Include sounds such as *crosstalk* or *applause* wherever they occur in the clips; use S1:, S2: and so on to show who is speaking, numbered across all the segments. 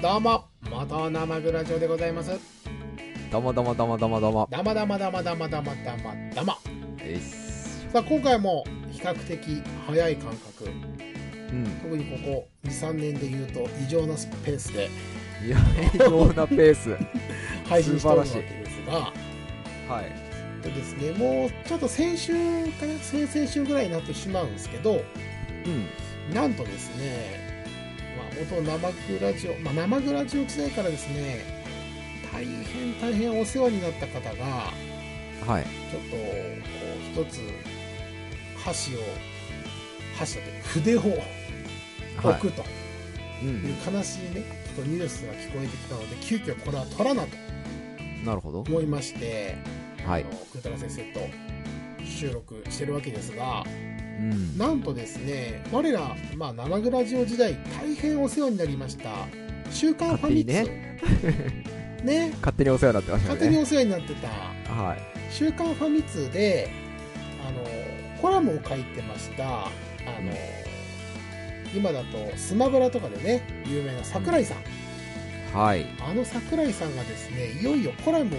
S1: どうも元生グラジオでございます
S2: どうもどうもどうもどうもどうも。
S1: だまだまだまだまだまだまだま
S2: えいっす。
S1: さあ今回も比較的早い間隔
S2: うん。
S1: 特にここ23年で言うと異常なスペースで
S2: いや、異常なペ
S1: *laughs*
S2: ース。
S1: 配信しておるわ
S2: 素
S1: け
S2: 晴らし
S1: ですが
S2: はい。
S1: えっとですねもうちょっと先週かな先々週ぐらいになってしまうんですけど
S2: うん。
S1: なんとですね、まあ、元生グラジオ、まあ、生グラジオ時代からですね大変大変お世話になった方が
S2: はい。
S1: ちょっとこう一つ箸を箸だって筆を
S2: は
S1: 置くと
S2: い。う。
S1: いうん悲しいね、ちょっとニュースが聞こえてきたので急遽これは取らなと
S2: なるほど。
S1: 思いまして、
S2: はい
S1: あ。のクータラ先生と収録してるわけですが
S2: うん。
S1: なんとですね我ら、まあ、生グラジオ時代大変お世話になりました「週刊ファミ通」
S2: 勝
S1: ね
S2: 勝手にお世話になってました
S1: 勝手に
S2: ね。
S1: お世話になってた
S2: はい。
S1: 「週刊ファミ通で」あのコラムを書いてましたあの今だとスマブラとかでね有名な桜井さん
S2: はい。
S1: あの桜井さんがですねいよいよコラムを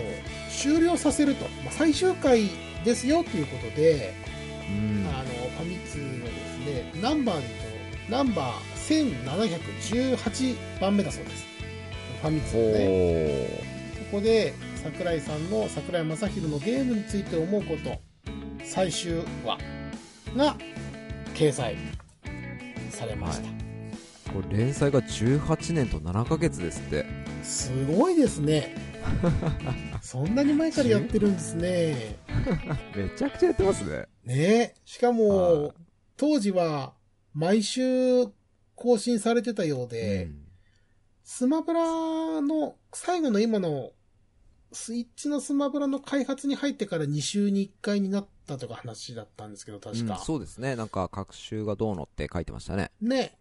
S1: 終了させると、まあ、最終回ですよということで、
S2: うん。
S1: あのファミ通のですねナンバーで言うとナンバー1718番目だそうですファミ通
S2: ほ
S1: のね
S2: ー。
S1: そこで桜井さんの桜井正宏のゲームについて思うこと最終話が掲載されました、
S2: これ連載が18年と7ヶ月ですって。
S1: すごいですねそんなに前からやってるんですね
S2: めちゃくちゃやってますね。
S1: ねえ。しか
S2: は
S1: も
S2: い、
S1: 当時は、毎週更新されてたようで、スマブラの、最後の今の、スイッチのスマブラの開発に入ってから2週に1回になったとか話だったんですけど、
S2: うん
S1: 確か。
S2: そうですね。なんか、各週がどうのって書いてましたね。
S1: ね、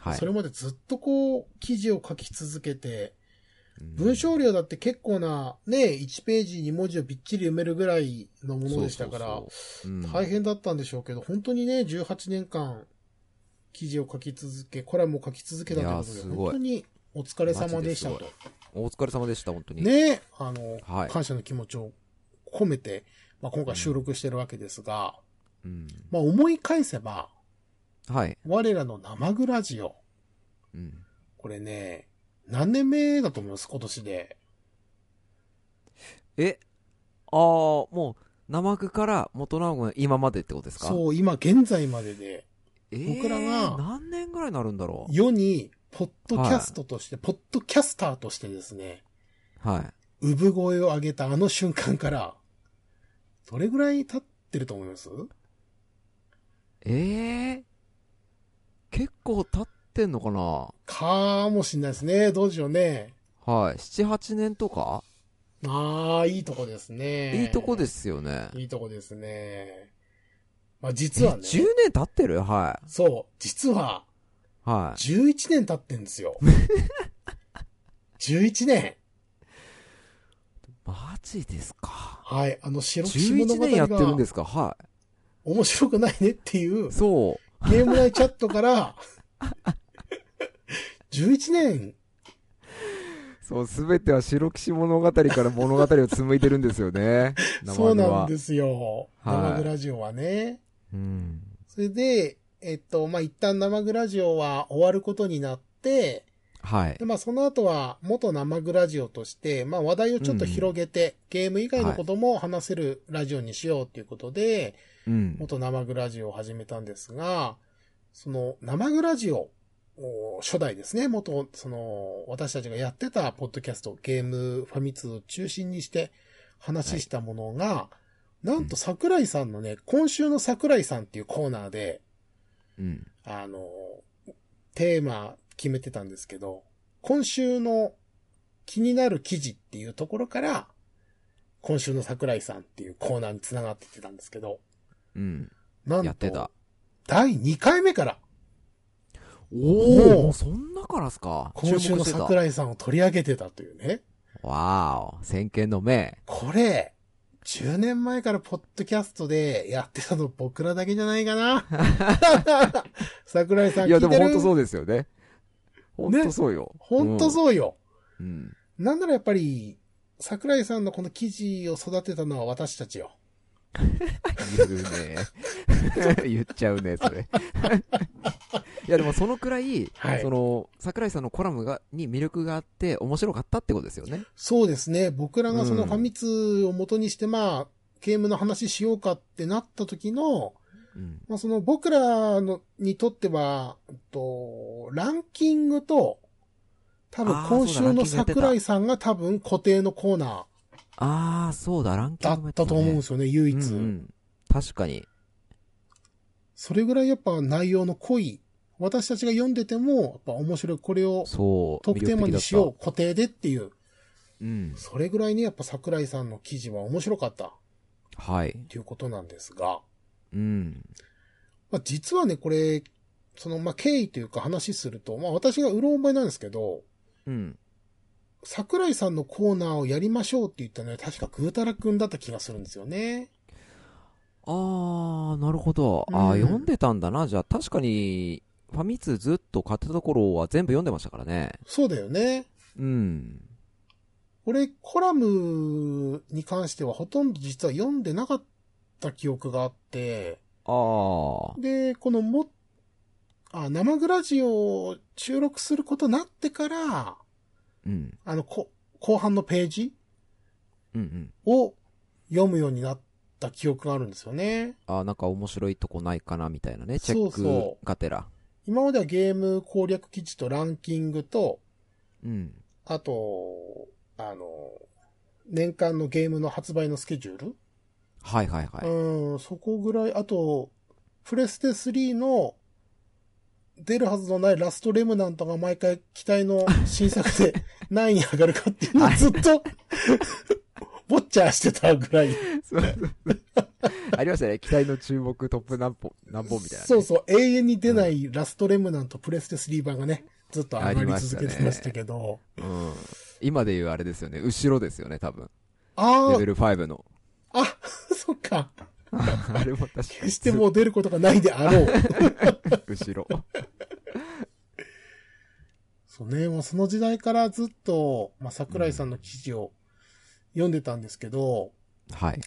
S2: はい
S1: そ。れまでずっとこう、記事を書き続けて、
S2: うん
S1: 文章量だって結構な、ね、1ページに文字をびっちり埋めるぐらいのものでしたから、
S2: そうそうそううん
S1: 大変だったんでしょうけど、本当にね、18年間、記事を書き続け、コラムを書き続けたということ
S2: い
S1: で、
S2: やーすごい
S1: 本当にお疲れ様でした
S2: マ
S1: と
S2: ジで。お疲れ様でした、本当に。
S1: ね、あの、
S2: はい
S1: 感謝の気持ちを込めて、まあ、今回収録してるわけですが、
S2: うん。
S1: まあ、思い返せば、
S2: はい。
S1: 我らの生グラジオ、
S2: うん。
S1: これね、何年目だと思います、今年で。
S2: えああ、もう、生具から元直子の今までってことですかう。
S1: そう、今現在までで、
S2: えー
S1: 僕らが
S2: 何年ぐらいになるんだろ
S1: 世に、ポッドキャストとして、ポッドキャスターとしてですね、
S2: う。はい。
S1: 産声を上げたあの瞬間から、どれぐらい経ってると思います
S2: ええ結構経ってんのかな
S1: かもしんないですね。どうでしょうね。
S2: はい。七八年とか、
S1: ああ、いいとこですね。。
S2: いいとこですすよね。
S1: いいとこですね。まあ実
S2: え
S1: はね、
S2: 10年経ってるは。
S1: そう、実はい
S2: はい。
S1: 11年経ってんです
S2: *laughs*
S1: よ。11年。
S2: マジですか。
S1: はい、あの、白騎士物
S2: 11
S1: 語
S2: 年やってるんで
S1: が
S2: すかは
S1: 面白くないねっていう
S2: い。そう。
S1: ゲーム内チャットから、11年
S2: そう、すべては白騎士物語から物語を紡いでるんですよね。。
S1: *laughs* そうなんですすよ。
S2: はい
S1: 生グラジオはね。
S2: うん。
S1: それで、えっと、まあ、一旦生グラジオは終わることになって、
S2: はい
S1: で、。まあ、その後は元生グラジオとして、まあ、話題をちょっと広げて、ゲーム以外のことも話せるラジオにしようということで、
S2: うん。
S1: 元生グラジオを始めたんですが、その生グラジオ、お初代ですね、元、その、私たちがやってたポッドキャスト、ゲームファミ通を中心にして話したものが、なんと桜井さんのね、今週の桜井さんっていうコーナーで、
S2: うん。
S1: あの、テーマ決めてたんですけど、今週の気になる記事っていうところから、今週の桜井さんっていうコーナーに繋がってってたんですけど、
S2: うん。
S1: なんと、
S2: やってた。
S1: 第2回目から、
S2: お
S1: おー
S2: おもうそんなからっすか
S1: 今週の
S2: 注目してた
S1: 桜井さんを取り上げてたというね。
S2: わーお、先見の目。
S1: これ、10年前からポッドキャストでやってたの僕ら
S2: *laughs*
S1: だけじゃないかな。桜井さん
S2: いや、で
S1: 聞い
S2: も
S1: て
S2: 本当
S1: る
S2: そうですよね。ほんとそうよ。
S1: ほんとそうよ。
S2: うん。うん。
S1: なんならやっぱり、桜井さんのこの記事を育てたのは私たちよ。
S2: 言うね。言っ *laughs* ちゃうね、それ。 *laughs* いや、でもそのくらい、
S1: はい
S2: その、桜井さんのコラムが、に魅力があって、面白かったってことですよね。
S1: そうですね。僕らがその
S2: うん
S1: ファミ通を元にして、まあ、ゲームの話しようかってなった時の、
S2: うん。
S1: まあ、その僕らのにとっては、えっと、ランキングと、多分
S2: あー
S1: 今週の
S2: そうだランキングやってた
S1: 桜井さんが多分固定のコーナ
S2: ああ、そうだ、ラン
S1: ー
S2: キ
S1: だ
S2: ングもや
S1: ってたと思うんで
S2: ね
S1: すよね、唯一。
S2: うんうん確かに。
S1: それぐらいやっぱ内容の濃い、私たちが読んでても、やっぱ面白い、これを
S2: そう。
S1: 特テーマにしよう、固定でっていう、
S2: う。うん。
S1: それぐらいね、やっぱ桜井さんの記事は面白かったっ
S2: はい。
S1: ていうことなんですが、
S2: うん。
S1: まあ、実はね、これ、その、まあ、経緯というか話すると、まあ、私がうろ覚えなんですけど、
S2: うん。
S1: 桜井さんのコーナーをやりましょうって言ったのは、確かぐーたらくんだった気がするんですよね。
S2: あー、なるほど。
S1: う
S2: あ
S1: ん
S2: ー、読んでたんだな。じゃあ、確かに、ファミ通ずっと買ってた頃は全部読んでましたからね。
S1: そうだよね。
S2: うん。
S1: 俺、コラムに関してはほとんど実は読んでなかった記憶があって、
S2: あー。
S1: で、このも、あ、生グラジオを収録することになってから、
S2: うん。
S1: あの、こ、後半のページ
S2: うんうん。
S1: を読むようになった記憶があるんですよね。
S2: あー、なんか面白いとこないかな、みたいなね。チェ
S1: そう
S2: ッ
S1: そう
S2: クがてら。
S1: 今まではゲーム攻略記事とランキングと、
S2: うん。
S1: あと、あの、年間のゲームの発売のスケジュール、
S2: はいはいはい。
S1: うん、そこぐらい、あと、プレステ3の出るはずのないラストレムナントが毎回期待の新作で何位に上がるかっていうのをずっと、ぼっちゃしてたぐらい。
S2: そうそうそう *laughs* ありましたね。期待の注目トップ何本、何本みたいなね、
S1: そうそう、永遠に出ないラストレムナントプレステ3版がね、ずっと上がり続けてましたけど、
S2: うん。今で言うあれですよね。後ろですよね、多分。
S1: あ
S2: レベル5の。
S1: *laughs* あ、あ、 *laughs* そっか。
S2: あれも確かに。
S1: 決してもう出ることがないであろう。
S2: *laughs* 後ろ。
S1: そうね、もうその時代からずっと、まあ、桜井さんの記事を読んでたんですけど、
S2: はい。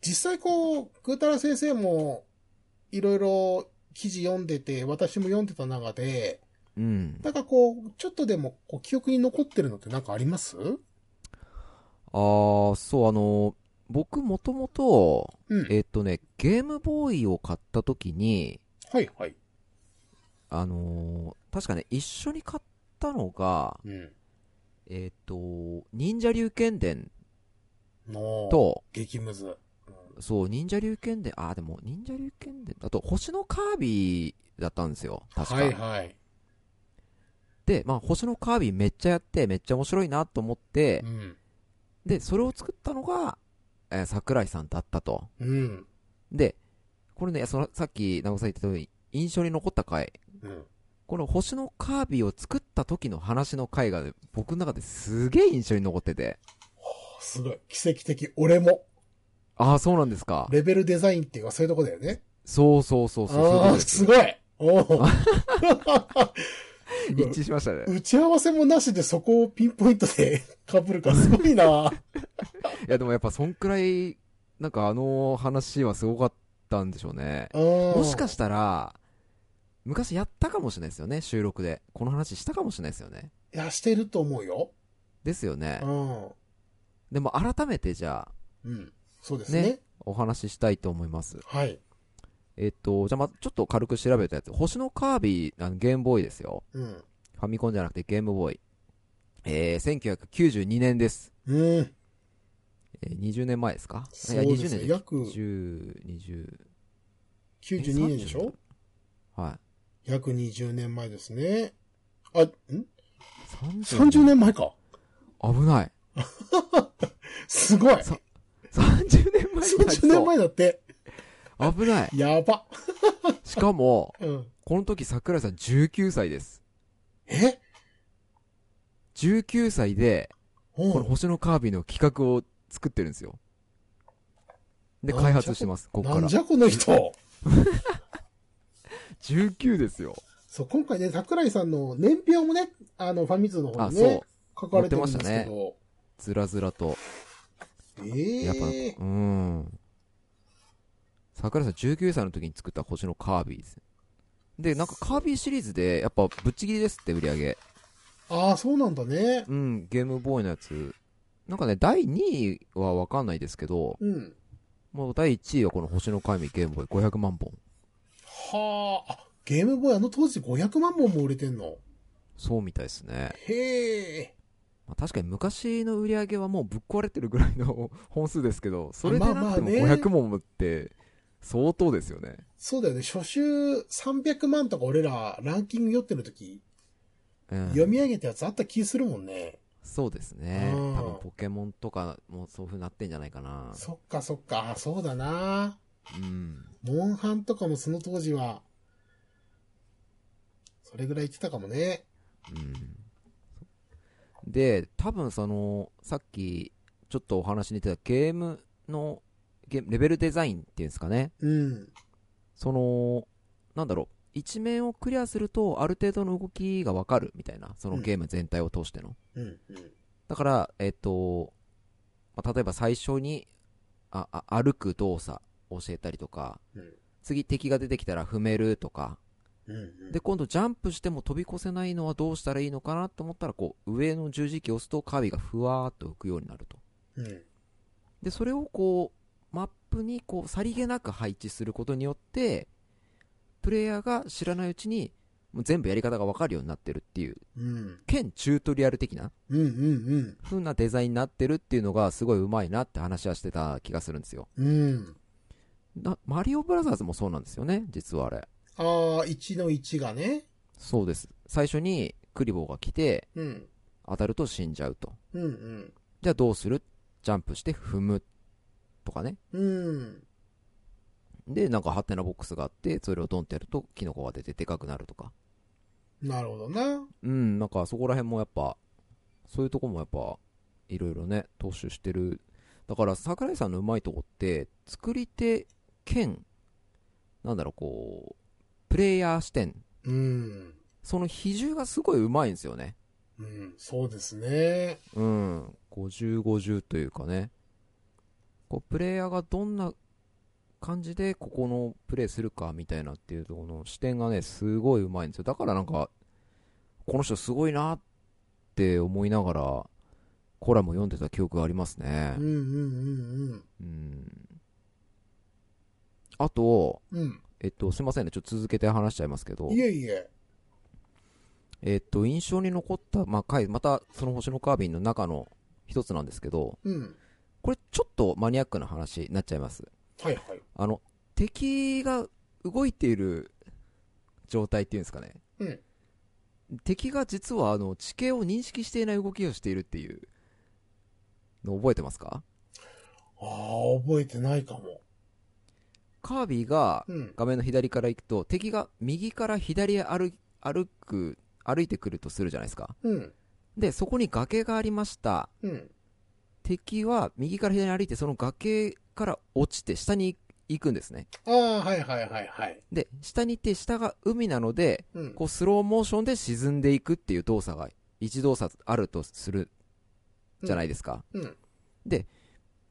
S1: 実際こう、ぐーたら先生も、いろいろ記事読んでて、私も読んでた中で、
S2: うん。
S1: なんかこう、ちょっとでもこう記憶に残ってるのってなんかあります
S2: ああ、そう、あの、僕もともと、
S1: うん。
S2: えっとね、ゲームボーイを買った時に、
S1: はいはい。
S2: あのー確かね、一緒に買ったのが、
S1: うん。
S2: えっと、忍者竜剣伝
S1: の、
S2: と、
S1: 激ムズ。
S2: そう、忍者竜剣伝、あーでも、忍者竜剣伝、あと、星のカービィだったんですよ。確か。
S1: はいはい。
S2: で、まあ、星のカービィめっちゃやって、めっちゃ面白いなと思って
S1: う、ん。
S2: で、それを作ったのが、えー桜井さんだったと。
S1: うん。
S2: で、これね、その、さっき、名古さん言った通り、印象に残った回、
S1: うん。
S2: この星のカービィを作った時の話の回が、ね、僕の中ですげえ印象に残ってて。
S1: すごい。奇跡的。俺も。
S2: ああ、そうなんですか。
S1: レベルデザインっていうかそういうとこだよね。
S2: そうそうそうそう。そういうこ
S1: あ
S2: と
S1: あ、
S2: ですす
S1: ごい。おお。
S2: 一致しましたね。
S1: 打ち合わせもなしでそこをピンポイントで *laughs* 被るからすごい
S2: *laughs*
S1: な。
S2: いや、でもやっぱそんくらい、なんかあの話はすごかったんでしょうね。も
S1: も
S2: しかしたら、昔やったかもしれないですよね、収録で。この話したかもしれないですよね。
S1: いや、してると思うよ。
S2: ですよね
S1: う。ん。
S2: でも改めてじゃあ、
S1: うん。そうですね。
S2: ねお話ししたいと思います。
S1: はい。
S2: えっと、じゃあまずちょっと軽く調べたやつ。星のカービィ、あのゲームボーイですよ。
S1: うん。
S2: ファミコンじゃなくてゲームボーイ。えー、1992年です。
S1: うん。
S2: えー、20年前ですか
S1: そうです
S2: い
S1: ね。
S2: や、20
S1: 約
S2: 年です。10、20。
S1: 92年でしょ
S2: え ?30 はい。
S1: 約20年前ですね。あ、ん ?30
S2: 30
S1: 年前か。
S2: 危ない。
S1: すごい。
S2: さ30年前になりそ
S1: 30
S2: う
S1: 年前だって。
S2: 危ない。
S1: やば。
S2: しかも、
S1: うん。
S2: この時桜井さん19歳です。
S1: え
S2: 19歳で、こ
S1: う
S2: の
S1: ん。
S2: 星のカービィの企画を作ってるんですよ。で、
S1: なんじゃこ
S2: 開発してます、ここ
S1: な
S2: か
S1: ん
S2: ら
S1: じ。ゃこの人。
S2: 19ですよ。
S1: そう、今回ね、桜井さんの年表もね、あの、ファミ通の方
S2: あ、
S1: に
S2: そう
S1: ね、。書かれてるんですけど。
S2: ずらずらと。
S1: ええ
S2: やっぱ、うん。桜井さん19歳の時に作った星のカービィです。で、なんかカービィシリーズで、やっぱぶっちぎりですって売り上げ。
S1: ああ、そうなんだね。
S2: うん、ゲームボーイのやつ。なんかね、第2位はわかんないですけど、
S1: うん。
S2: もう第1位はこの星の神ゲームボーイ500万本。
S1: はあ、あ、ゲームボーイあの当時500万本も売れてんの。
S2: そうみたいですね。
S1: へえ。
S2: まあ、確かに昔の売り上げはもうぶっ壊れてるぐらいの本数ですけど、それで
S1: まあ
S2: なくても
S1: まあね
S2: 500問って相当ですよね。
S1: そうだよね、初週300万とか俺らランキング酔ってる時、
S2: うん
S1: 読み上げたやつあった気するもんね。
S2: そうですね。
S1: うん
S2: 多分ポケモンとかもそういう風になってんじゃないかな。
S1: そっかそっか、あそうだな。
S2: うん。
S1: モンハンとかもその当時は、それぐらい言ってたかもね。
S2: うん。で、多分その、さっきちょっとお話に出てたゲームのゲームレベルデザインっていうんですかね。
S1: うん。
S2: その、なんだろう。一面をクリアするとある程度の動きがわかるみたいな。そのゲーム全体を通しての。
S1: うん、うん。
S2: だから、えっ、と、まあ、例えば最初にああ歩く動作を教えたりとか、
S1: うん
S2: 次敵が出てきたら踏めるとか、
S1: うん、うん。
S2: で、今度ジャンプしても飛び越せないのはどうしたらいいのかなと思ったら、こう、上の十字キーを押すとカービィがふわーっと浮くようになると。
S1: うん。
S2: で、それをこう、マップにこう、さりげなく配置することによって、プレイヤーが知らないうちに、もう全部やり方がわかるようになってるっていう、
S1: うん。
S2: 兼チュートリアル的な
S1: うん、うん、
S2: 風なデザインになってるっていうのがすごいうまいなって話はしてた気がするんですよ。
S1: うん。うん。
S2: なマリオブラザーズもそうなんですよね、実はあれ。
S1: ああ、1の1がね。
S2: そうです。最初にクリボーが来て、
S1: うん。
S2: 当たると死んじゃうと。
S1: うん、
S2: じゃあどうするジャンプして踏む。とかね。
S1: うん。うん。
S2: で、なんかハテナボックスがあって、それをドンってやるとキノコが出てでかくなるとか。
S1: なるほどな。
S2: うん、なんかそこら辺もやっぱ、そういうとこもやっぱ、いろいろね、踏襲してる。だから、桜井さんのうまいとこって、作り手兼、なんだろう、こう、プレイヤー視点、
S1: うん。
S2: その比重がすごいうまいんですよね。
S1: うん、そうですね。
S2: うん、50、50というかね。こう、プレイヤーがどんな感じで、ここのプレイするか、みたいなっていうところの視点がね、すごいうまいんですよ。だからなんか、この人すごいなって思いながら、コラムを読んでた記憶がありますね
S1: うん、。うん、
S2: うん。あと、
S1: うん、うん。
S2: えっと、すいませんね。ちょっと続けて話しちゃいますけど
S1: うん。い。えいえ。
S2: えっと、印象に残った、まあ、回、また、その星のカービンの中の一つなんですけど、
S1: うん。
S2: これちょっとマニアックな話になっちゃいます。
S1: はいはい。
S2: あの、敵が動いている状態っていうんですかね。
S1: うん
S2: 敵が実はあの、地形を認識していない動きをしているっていうのを覚えてますか
S1: ああ、覚えてないかも。
S2: カービィが
S1: うん。
S2: 画面の左から行くと、敵が右から左へ歩歩く、歩いてくるとするじゃないですか。
S1: うん。
S2: で、そこに崖がありました。
S1: うん。
S2: 敵は右から左に歩いて、その崖から落ちて下に行くんですね。
S1: ああ、はいはいはいはい。
S2: で、下に行って下が海なので、
S1: うん。
S2: こうスローモーションで沈んでいくっていう動作が一動作あるとするじゃないですか、
S1: うん。
S2: プ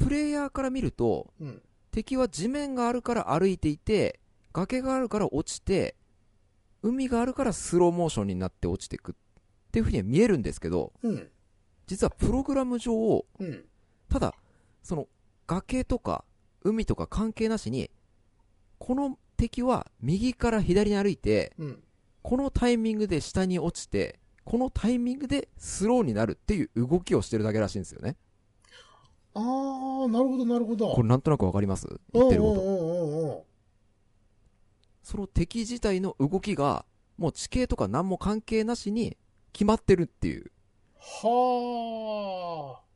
S2: レイヤーから見ると
S1: うん。
S2: 敵は地面があるから歩いていて崖があるから落ちて海があるからスローモーションになって落ちていくっていうふうには見えるんですけど
S1: うん。
S2: 実はプログラム上
S1: うん。
S2: ただその崖とか海とか関係なしにこの敵は右から左に歩いて
S1: うん。
S2: このタイミングで下に落ちて、このタイミングでスローになるっていう動きをしてるだけらしいんですよね。
S1: ああ、なるほどなるほど。
S2: これなんとなくわかります言ってること。
S1: うんうんうんうん。
S2: その敵自体の動きが、もう地形とか何も関係なしに決まってるっていう。
S1: はあ。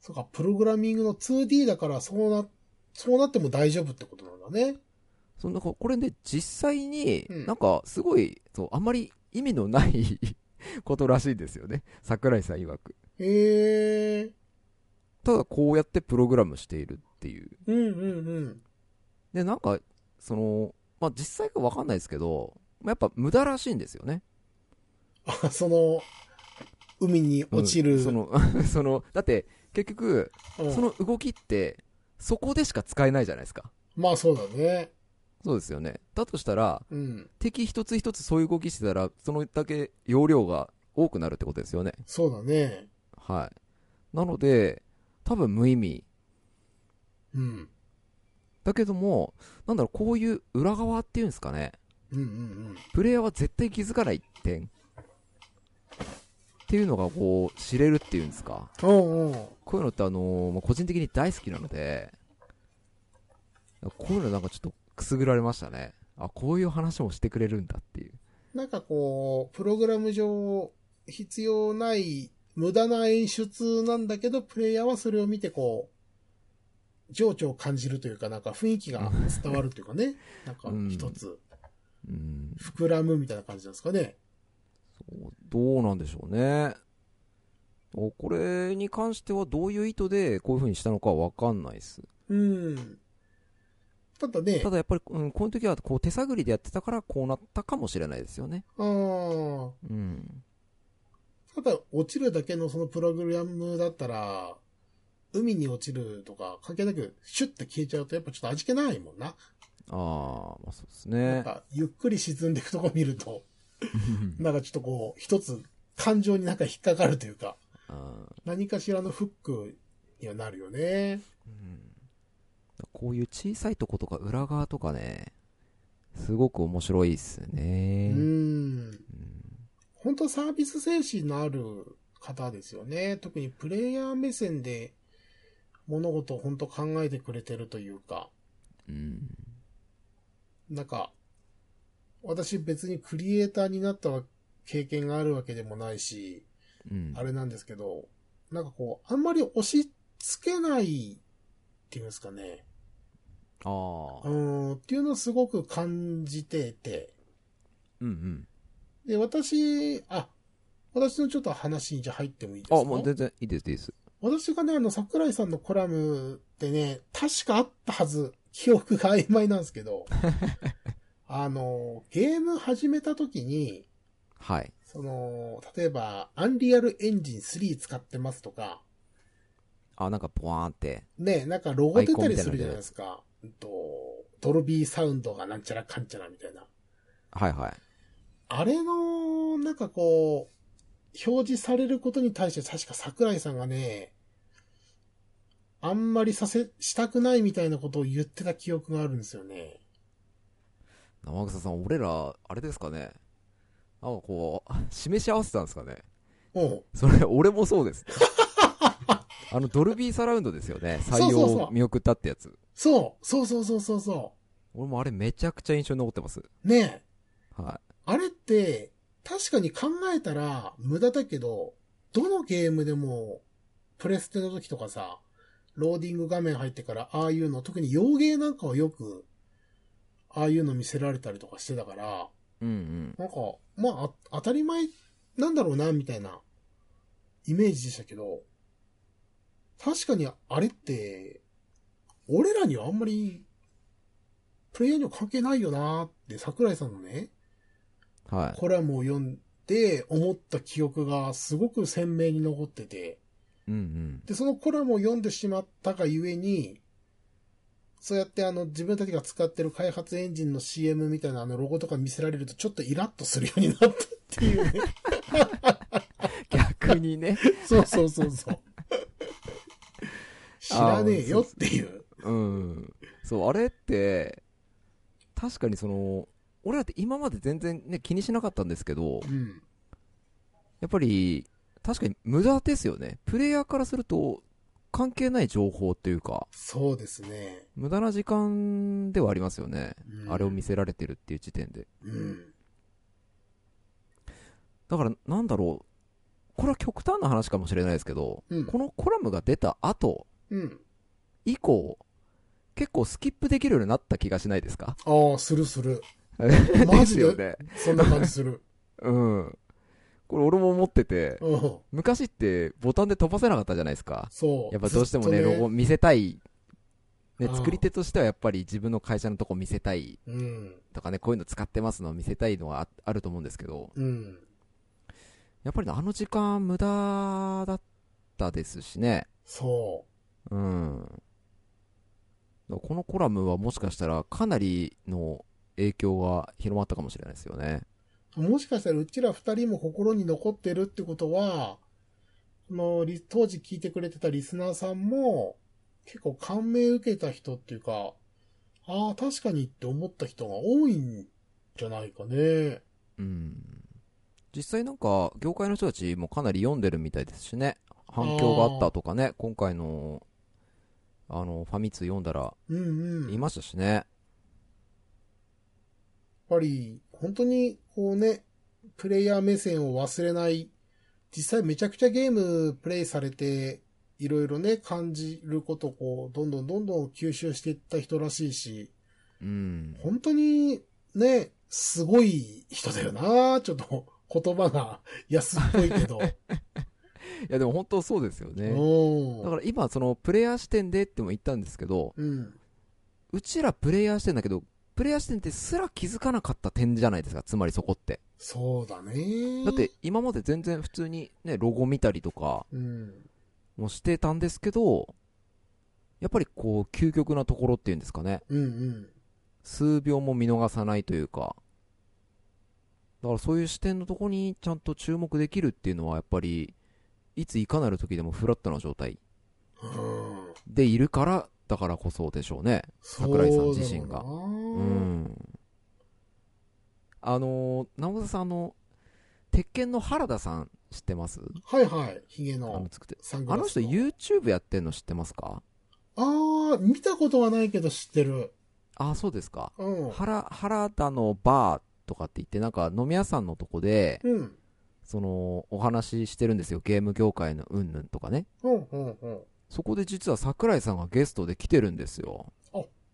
S1: そうか、プログラミングの 2D だから、そうな、そうなっても大丈夫ってことなんだね。
S2: そんなここれね、実際に
S1: うん
S2: なんかすごい、そう、あんまり意味のない *laughs* ことらしいんですよね。桜井さん曰く。
S1: へえ。
S2: ただこうやってプログラムしているっていう。
S1: うんうんうん。
S2: で、なんか、その、まあ実際かわかんないですけど、まあやっぱ無駄らしいんですよね。
S1: あその、海に落ちる、
S2: うんその、 *laughs* その、だって結局、
S1: うん
S2: その動きって、そこでしか使えないじゃないですか。
S1: まあそうだね。
S2: そうですよね。だとしたら、
S1: うん。
S2: 敵一つ一つそういう動きしてたら、そのだけ容量が多くなるってことですよね。
S1: そうだね。
S2: はい。なので、多分無意味。
S1: うん。
S2: だけども、なんだろう、こういう裏側っていうんですかね。
S1: うんうんうん。
S2: プレイヤーは絶対気づかない点。っていうのがこう、知れるっていうんですか。
S1: うんうん。
S2: こういうのってあのーまあ個人的に大好きなので、こういうのなんかちょっとくすぐられましたね。あ、こういう話もしてくれるんだっていう。
S1: なんかこう、プログラム上、必要ない、無駄な演出なんだけど、プレイヤーはそれを見てこう、情緒を感じるというか、なんか雰囲気が伝わるというかね。なんか一つ、
S2: うん。
S1: 膨らむみたいな感じなんですかね。
S2: そうどうなんでしょうね。おこれに関してはどういう意図でこういう風にしたのかはわかんないです。
S1: うん。ただね、
S2: ただやっぱり、うん、この時はこう手探りでやってたからこうなったかもしれないですよね。
S1: あー
S2: うん。
S1: ただ落ちるだけのそのプログラムだったら、海に落ちるとか関係なく、シュッて消えちゃうとやっぱちょっと味気ないもんな。
S2: ああ、まあそうです
S1: なん
S2: ね。
S1: か、ゆっくり沈んでいくとこ見ると、なんかちょっとこう、一つ感情になんか引っかかるというか、
S2: あー
S1: 何かしらのフックにはなるよね。
S2: うんこういう小さいとことか裏側とかね、すごく面白いっす
S1: う
S2: ね。
S1: ん。
S2: うん
S1: 本当サービス精神のある方ですよね。特にプレイヤー目線で物事を本当考えてくれてるというか、
S2: うん。
S1: なんか、私別にクリエイターになったわ経験があるわけでもないし、
S2: うん。
S1: あれなんですけど、なんかこう、あんまり押し付けないっていうんですかね。
S2: あー
S1: うーん、っていうのをすごく感じてて。
S2: うん
S1: で、私、あ、私のちょっと話にじゃあ入ってもいいです
S2: う
S1: か
S2: ん。あ、もう全然いいです、いいです。
S1: 私がね、あの、桜井さんのコラムってね、確かあったはず、記憶が曖昧なんですけど、あの、ゲーム始めた時に、
S2: はい。
S1: その、例えば、アンリアルエンジン3使ってますとか、
S2: あ、なんかボワーンって。
S1: ね、なんかロゴ出たりするじゃないですか。うんと、ドルビーサウンドがなんちゃらかんちゃらみたいな。
S2: はいはい。
S1: あれの、なんかこう、表示されることに対して確か桜井さんがね、あんまりさせ、したくないみたいなことを言ってた記憶があるんですよね。
S2: 生草さん、俺ら、あれですかね。なんかこう、示し合わせたんですかね。
S1: おう
S2: それ、俺もそ
S1: *laughs*
S2: うです。あの、ドルビーサラウンドですよね。
S1: そ
S2: 採
S1: うそうそ
S2: 用
S1: う
S2: 見送ったってやつ。
S1: そうそうそうそうそうそ
S2: 俺もあれめちゃくちゃ印象に残ってます。
S1: う。ねえ。
S2: は
S1: あれって、確かに考えたら無駄だけど、どのゲームでも、プレステの時とかさ、ローディング画面入ってから、ああいうの、特に洋芸なんかはよく、ああいうの見せられたりとかしてたから、
S2: い。うんうん。
S1: なんか、まああ、当たり前なんだろうな、みたいな、イメージでしたけど、確かにあれって、俺らにはあんまり、プレイヤーには関係ないよなって、桜井さんのね、
S2: はい。
S1: コラムを読んで思った記憶がすごく鮮明に残ってて、
S2: うんうん。
S1: で、そのコラムを読んでしまったがゆえに、そうやってあの自分たちが使ってる開発エンジンの CM みたいなあのロゴとか見せられるとちょっとイラッとするようになったっていうね。
S2: *laughs* 逆にね。
S1: そうそうそうそう。 *laughs* 知らねえよっていう。
S2: うん。そう、あれって、確かにその、俺らって今まで全然ね、気にしなかったんですけど
S1: う、ん。
S2: やっぱり、確かに無駄ですよね。プレイヤーからすると、関係ない情報っていうか、
S1: そうですね。
S2: 無駄な時間ではありますよね。
S1: うん
S2: あれを見せられてるっていう時点で。
S1: うん。
S2: だから、なんだろう。これは極端な話かもしれないですけど、
S1: うん
S2: このコラムが出た後
S1: うん。
S2: 以降、結構スキップできるようになった気がしないですか
S1: ああ、するする。マ
S2: *laughs* で
S1: ジ
S2: す
S1: で
S2: よね。
S1: そんな感じする。
S2: うん。これ俺も思ってて、
S1: うん。
S2: 昔ってボタンで飛ばせなかったじゃないですか。
S1: そう。
S2: やっぱどうしてもね、
S1: ずっと
S2: ロゴ見せたいね
S1: うん
S2: 作り手としてはやっぱり自分の会社のとこ見せたい
S1: うん。
S2: とかね、こういうの使ってますのを見せたいのはああると思うんですけど、
S1: うん。
S2: やっぱりねあの時間無駄だったですしね。
S1: そ
S2: うん。このコラムはもしかしたらかなりの影響が広まったかもしれないですよね。
S1: う。もしかしたらうちら二人も心に残ってるってことは、このリ当時聞いてくれてたリスナーさんも、結構感銘受けた人っていうか、ああ、確かにって思った人が多いんじゃないかね。
S2: うん。実際なんか、業界の人たちもかなり読んでるみたいですしね。反響があったとかね、今回の、あの、ファミ通読んだら
S1: うんうん。
S2: 言いましたしね。
S1: やっぱり、本当に、こうね、プレイヤー目線を忘れない、実際めちゃくちゃゲームプレイされて、いろいろね、感じることをこう、どんどんどんどん吸収していった人らしいし、
S2: うん。
S1: 本当に、ね、すごい人だよなちょっと、言葉が安っぽいけ
S2: *laughs*
S1: ど。
S2: いやでも本当そうですよね。
S1: うん
S2: だから今、その、プレイヤー視点でっても言ったんですけど、
S1: うん。
S2: うちらプレイヤー視点だけど、プレイヤー視点ってすら気づかなかった点じゃないですか、つまりそこって。
S1: そうだね。
S2: だって、今まで全然普通にね、ロゴ見たりとか
S1: うん。
S2: もしてたんですけど、やっぱりこう、究極なところっていうんですかね。
S1: うんうん。
S2: 数秒も見逃さないというか。だからそういう視点のとこにちゃんと注目できるっていうのはやっぱり、いついかなる時でもフラットな状態
S1: うん。
S2: でいるから、だからこそでしょうね。
S1: そうだ
S2: 桜井さん
S1: ろう
S2: 自身が
S1: な
S2: うん。あのー、直田さん、あの、鉄拳の原田さん知ってます
S1: はいはい。ヒゲ
S2: あの
S1: の、
S2: 作って。
S1: サング
S2: あ
S1: ラス
S2: の人 YouTube やってんの知ってますか
S1: ああ、見たことはないけど知ってる。
S2: あ、そうですか。
S1: うん。
S2: 原、原田のバーとかって言って、なんか飲み屋さんのとこで、
S1: うん。
S2: その、お話ししてるんですよ。ゲーム業界のうんぬんとかね。
S1: うん、うん、うん。
S2: そこで実は桜井さんがゲストで来てるんですよ。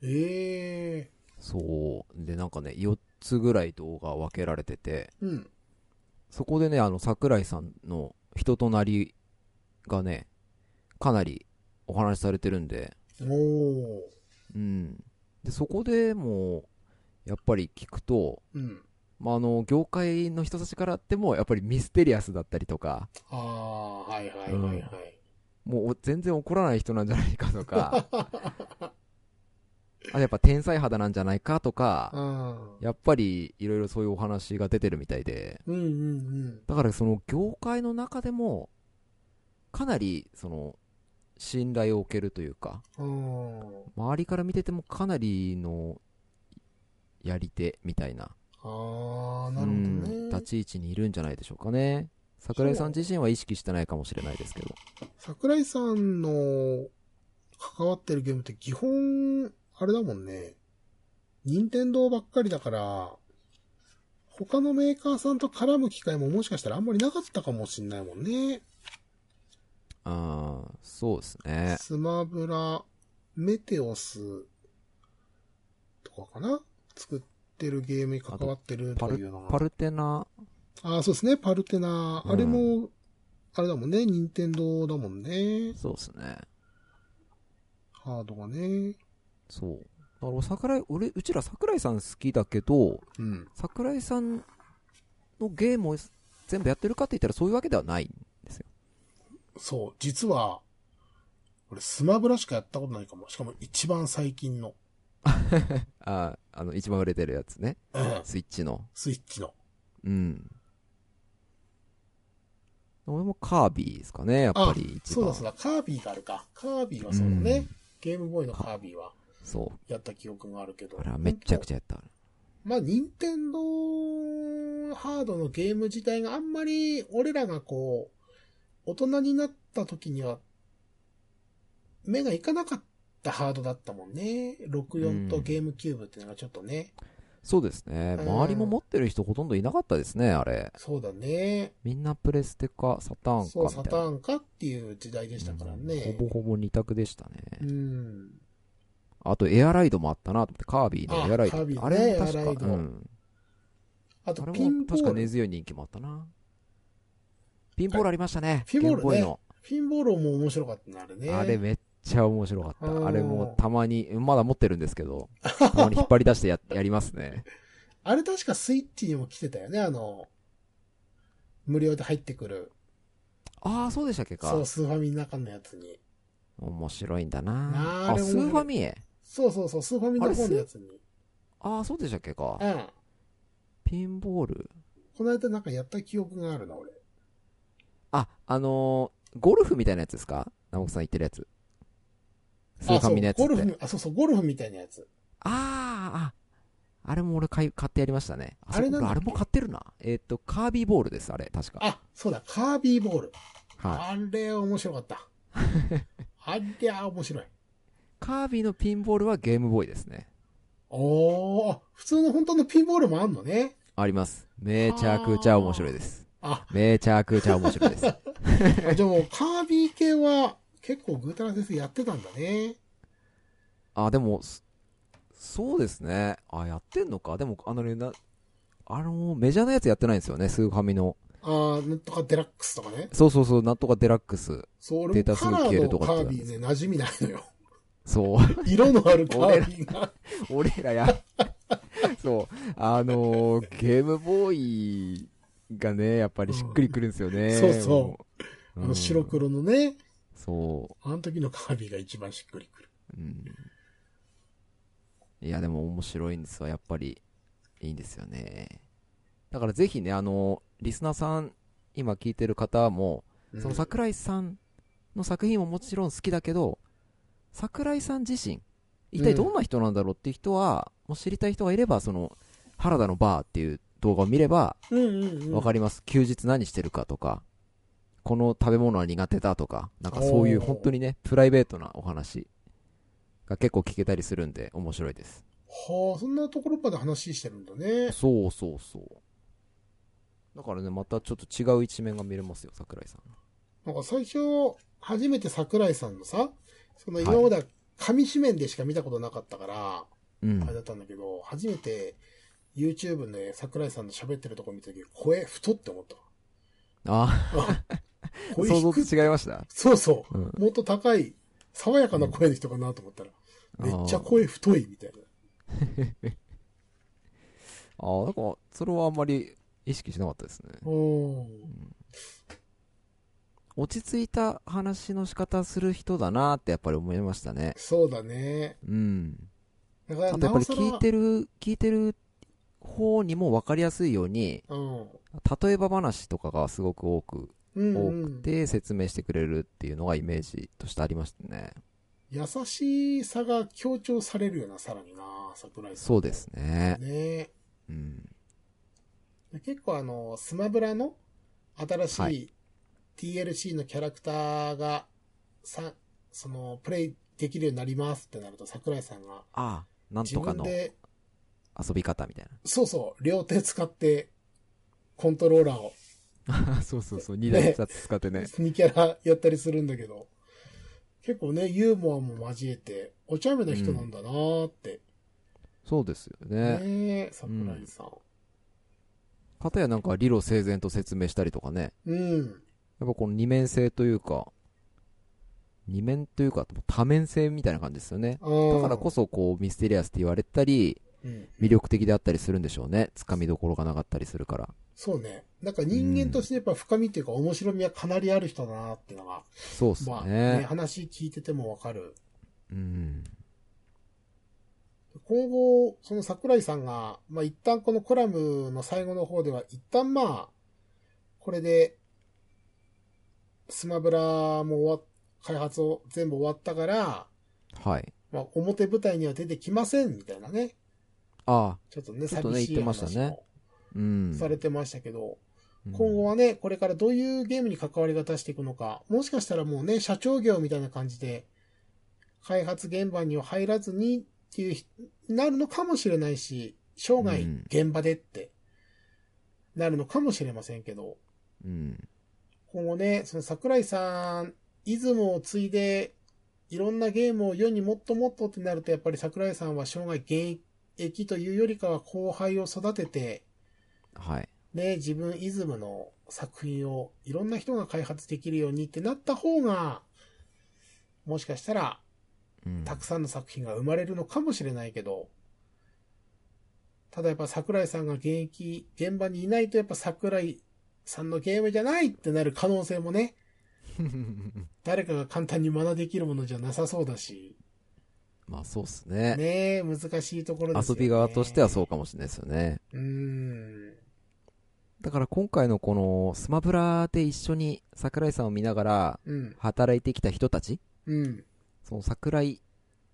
S1: ええ
S2: そう。で、なんかね、4つぐらい動画分けられてて、
S1: うん。
S2: そこでね、あの、桜井さんの人となりがね、かなりお話しされてるんで、
S1: おー。
S2: うん。で、そこでもう、やっぱり聞くと、
S1: うん。
S2: まあ、あの、業界の人たちからっても、やっぱりミステリアスだったりとか、
S1: ああ、はいはいはいはい。
S2: もう全然怒らない人なんじゃないかとか、
S1: *laughs*
S2: あとやっぱ天才肌なんじゃないかとか、
S1: あー
S2: やっぱりいろいろそういうお話が出てるみたいで、
S1: うん、うん、うん。
S2: だからその業界の中でも、かなり、その、信頼を受けるというか、
S1: あー
S2: 周りから見ててもかなりのやり手みたいな
S1: あー、なるほど
S2: うん
S1: ね
S2: 立。ち位置にいるんじゃないでしょうかね桜井さん自身は意識してないかもしれないですけど
S1: 桜井さんの関わってるゲームって基本、あれだもんね。任天堂ばっかりだから、他のメーカーさんと絡む機会ももしかしたらあんまりなかったかもしんないもんね。
S2: ああそうですね
S1: スマブラ、メテオスとかかな作ってるゲームに関わってるとかいうの
S2: パ
S1: が。
S2: ルテナ
S1: ああ、そうですね。パルテナ。
S2: うん
S1: あれも、あれだもんね。任天堂だもんね。
S2: そうですね
S1: ハードがね。
S2: そうだから桜井俺うちら桜井さん好きだけど
S1: うん。
S2: 桜井さんのゲームを全部やってるかって言ったらそういうわけではない
S1: そう。実は、俺スマブラしかやったことないかも。しかも一番最近の。
S2: あーあの一番売れてるやつね
S1: うん
S2: スイッチの
S1: スイッチの。
S2: うん俺もカービィですかねやっぱり一番
S1: そうだそうだ。カービィがあるか。カービィはそうだね。ゲームボーイのカービィは
S2: そ
S1: やった記憶があるけど。
S2: う。あれはめっちゃくちゃやった。
S1: まあ、任天堂ハードのゲーム自体があんまり俺らがこう、大人になった時には、目がいかなかったハードだったもんね。64とゲームキューブっていうのがちょっとね。
S2: そうですね。
S1: うん
S2: 周りも持ってる人ほとんどいなかったですね、あれ。
S1: そうだね。
S2: みんなプレステかサターンか
S1: そう、サ
S2: みた
S1: タ
S2: いな。
S1: ーンかっていう時代でしたからね。
S2: うんほぼほぼ二択でした
S1: う
S2: ね。
S1: ん。
S2: あとエアライドもあったなと思って、カービィ
S1: あ
S2: のエアライド。
S1: カービィね
S2: あれも確
S1: エアライド
S2: か、うん。
S1: あと
S2: あ、れ
S1: ピ
S2: も
S1: ンボ
S2: 確か
S1: ール。
S2: 根強い人気もあったな。ピンボールありましたね。
S1: ピンボールね
S2: ゲムボーイの
S1: ピンボールも面白かったね、あれね。
S2: あれめっちゃ面白かっ
S1: あー
S2: た。あれもたまに、まだ持ってるんですけど、たまに引っ張り出し
S1: *laughs*
S2: てややりますね。
S1: あれ確かスイッチにも来てたよね、あの、無料で入ってくる、
S2: ああ、そうでしたっけか。
S1: そう、スーファミの中のやつに。
S2: 面白いんだ
S1: な
S2: な
S1: あ
S2: あ
S1: あれ面
S2: ス
S1: 白い
S2: ーファミエ。
S1: そうそうそう、スーファミの方のやつに。
S2: ああ、そうでしたっけか。
S1: うん。
S2: ピンボール。
S1: この間なんかやった記憶があるな、俺。
S2: あ、あのーゴルフみたいなやつですか直木さん言ってるやつ。スーファミのやつ
S1: あそ
S2: っ
S1: うゴルフ、
S2: て。
S1: あ、そうそう、ゴルフみたいなやつ。
S2: あーあ、あれも俺買い買ってやりましたね。あ
S1: あれなんだっけ
S2: そう俺あれも買ってるな。えーっと、カービーボールです、あれ、確か。
S1: あ、そうだ、カービーボール。
S2: は
S1: あ
S2: い。
S1: れ面白か
S2: *laughs*
S1: った。ありゃ面白い。
S2: カービーのピンボールはゲームボーイですね。
S1: おー、あ普通の本当のピンボールもあんのね。
S2: あります。めちゃくちゃ面白いです。
S1: あ、
S2: めちゃくちゃ面白
S1: *laughs*
S2: いです。
S1: じゃあもうカービー系は結構ぐーたら先生やってたんだね。
S2: あ、でも、そそうですね。あ、やってんのか。でも、あのね、なあの、メジャーなやつやってないんですよね、スーファミの。
S1: あー、なんとかデラックスとかね。
S2: そうそうそう、なんとかデラックス。
S1: そう、俺
S2: デ
S1: も
S2: ータす
S1: カ
S2: ぐ
S1: ラ
S2: 消え
S1: ー
S2: る
S1: の
S2: と
S1: カ
S2: かって
S1: ービーね、馴染みないのよ。 *laughs*
S2: そう。
S1: 色のあるカービーが。
S2: *laughs* 俺らや、 *laughs* そう、あのーゲームボーイがね、やっぱりしっくりくるんですよね。
S1: うんそうそ
S2: もう
S1: あの白。
S2: うん
S1: 黒のね、
S2: そ
S1: あの時のカービーが一番しっくりくる。
S2: う。うん。いや、でも面白いんですわ、やっぱり。いいんですよね。だからぜひね、あのリスナーさん、今聞いてる方も、
S1: うん
S2: その桜井さんの作品ももちろん好きだけど、桜井さん自身、一体どんな人なんだろうっていう人は、もう知りたい人がいれば、その、原田のバーっていう動画を見れば、
S1: うんうんうん。
S2: わかります。休日何してるかとか、この食べ物は苦手だとか、なんかそういう
S1: おー
S2: 本当にね、プライベートなお話が結構聞けたりするんで、面白いです。
S1: はあ、そんなところまで話してるんだね。
S2: そうそうそう。だからね、またちょっと違う一面が見れますよ、桜井さん。
S1: なんか最初、初めて桜井さんのさ、その今までは紙紙面でしか見たことなかったから、
S2: うん
S1: あれ。だったんだけど、初めて YouTube のね桜井さんの喋ってるとこ見た時、声太って思った。
S2: あ、
S1: 声
S2: 想像
S1: 低い。
S2: と違いました
S1: そうそ
S2: うん
S1: う。もっと高い、爽やかな声の人かなと思ったら、めっちゃ声太いみたいな。
S2: あーあー、なんか、それはあんまり意識しなかったですね。
S1: おー
S2: 落ち着いた話の仕方する人だなってやっぱり思いましたね。
S1: そうだね。
S2: うん。
S1: だから
S2: あとやっぱり
S1: なお
S2: 聞い
S1: さ
S2: てる、聞いてる方にも分かりやすいように、
S1: らうん。
S2: 例えば話とかがすごく多く、
S1: うん
S2: 多
S1: う
S2: く
S1: ん、
S2: て説明してくれるっていうのがイメージとしてありましたね。
S1: 優しさが強調されるよな、さらにな、桜井さん。
S2: そうですね。
S1: ね
S2: うん。
S1: で結構あの、スマブラの新
S2: は
S1: しい TLC のキャラクターが、さ、その、プレイできるようになりますってなると、桜井さんが、
S2: ああ、なん
S1: 自
S2: とか
S1: 分
S2: の
S1: で、
S2: 遊び方みたい
S1: そうそう、両手使って、コントローラーを、
S2: な。 *laughs* そうそうそう、2台2つ使ってね。
S1: 2キャラやったりするんだけど、結構ね、ユーモアも交えて、お茶目な人なんだなーって。
S2: そうですよね。
S1: ねえ、桜井さん。
S2: かたやなんか理路整然と説明したりとかね。
S1: うん。
S2: やっぱこの二面性というか、二面というか、多面性みたいな感じですよね。だ
S1: だ
S2: からこそこうミステリアスって言われたり、
S1: うん、
S2: 魅力的であったりするんでしょうね。つかみどころがなかったりするから。
S1: そうね。なんか人間としてやっぱ深みっていうか面白みはかなりある人だなっていうのが、
S2: そうっす
S1: まあね、
S2: ね。
S1: 話聞いててもわかる。
S2: うん。
S1: 今後、その桜井さんが、まあ一旦このコラムの最後の方では、一旦まあ、これで、スマブラも終わっ、開発を全部終わったから、
S2: はい。
S1: まあ表舞台には出てきませんみたいなね。
S2: ああ、
S1: ちょっとね、
S2: ちょっとね
S1: 寂しい
S2: 言ってました
S1: 話
S2: ね
S1: も
S2: うん。
S1: されてましたけど、
S2: うん
S1: 今後はね、これからどういうゲームに関わりが出していくのか、もしかしたらもうね、社長業みたいな感じで、開発現場には入らずにっていうひ、なるのかもしれないし、生涯
S2: うん
S1: 現場でって、なるのかもしれませんけど、
S2: うん。
S1: 今後ね、その桜井さん、イズムを継いで、いろんなゲームを世にもっともっとってなると、やっぱり桜井さんは生涯現役というよりかは後輩を育てて、
S2: はい。
S1: ね、自分イズムの作品をいろんな人が開発できるようにってなった方が、もしかしたら、
S2: うん
S1: たくさんの作品が生まれるのかもしれないけど、ただやっぱ桜井さんが現役、現場にいないとやっぱ桜井さんのゲームじゃないってなる可能性もね、誰かが簡単に真似できるものじゃなさそうだし、
S2: *laughs* まあそうっすね
S1: ねえ難しいところですよ
S2: 遊
S1: ね。
S2: び側としてはそうかもしれないですよね
S1: うーん。
S2: だから今回のこのスマブラで一緒に桜井さんを見ながら
S1: うん。
S2: 働いてきた人たち
S1: うん。
S2: その桜井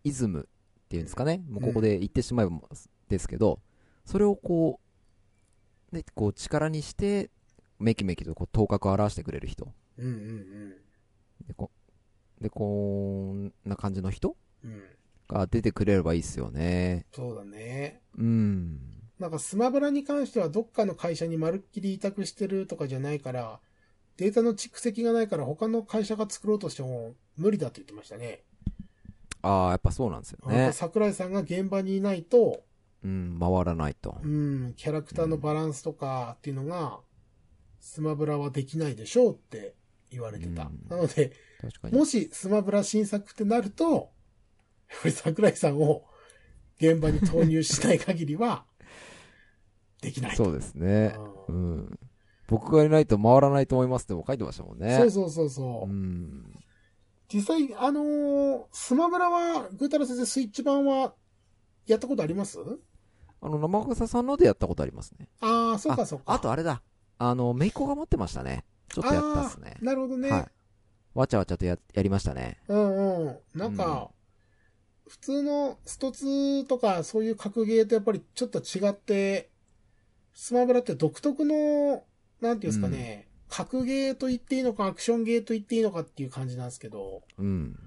S2: イズムっていうんですかね、もうここで言ってしまえばですけど、それをこう、でこう力にして、めきめきとこう頭角を表してくれる人。
S1: うんうん
S2: で、こでこんな感じの人
S1: うん。うん。
S2: が出てくれればいいっすよね。
S1: そうだね。
S2: うん。
S1: なんかスマブラに関してはどっかの会社にまるっきり委託してるとかじゃないから、データの蓄積がないから他の会社が作ろうとしても無理だって言ってましたね。
S2: ああ、やっぱそうなんですよ
S1: やっ
S2: ね
S1: ぱ。桜井さんが現場にいないと、
S2: うん、回らないと
S1: う。ん、キャラクターのバランスとかっていうのが、スマブラはできないでしょうって言われてた。
S2: うん
S1: なので、
S2: 確かに。
S1: もしスマブラ新作ってなると、やっぱり桜井さんを現場に投入しない限りは、できないと。
S2: そうですね。
S1: う
S2: うんん。僕がいないと回らないと思いますっても書いてましたもんね。
S1: そうそうそうそう。
S2: うん。
S1: 実際、あのースマブラは、ぐーたら先生、スイッチ版は、やったことあります
S2: あの、生臭さんのでやったことありますね。
S1: ああ、そうかそうか。
S2: あとあれだ。あの、めいっ子が待ってましたね。ちょっとやったっすね
S1: あー。なるほどね。
S2: はい。わちゃわちゃとや、やりましたね。
S1: うんうん。なんか、普通のスト2とか、そういう格ゲーとやっぱりちょっと違って、スマブラって独特の、なんていうんですかね、格ゲーと言っていいのか、アクションゲーと言っていいのかっていう感じなんですけど、
S2: うん。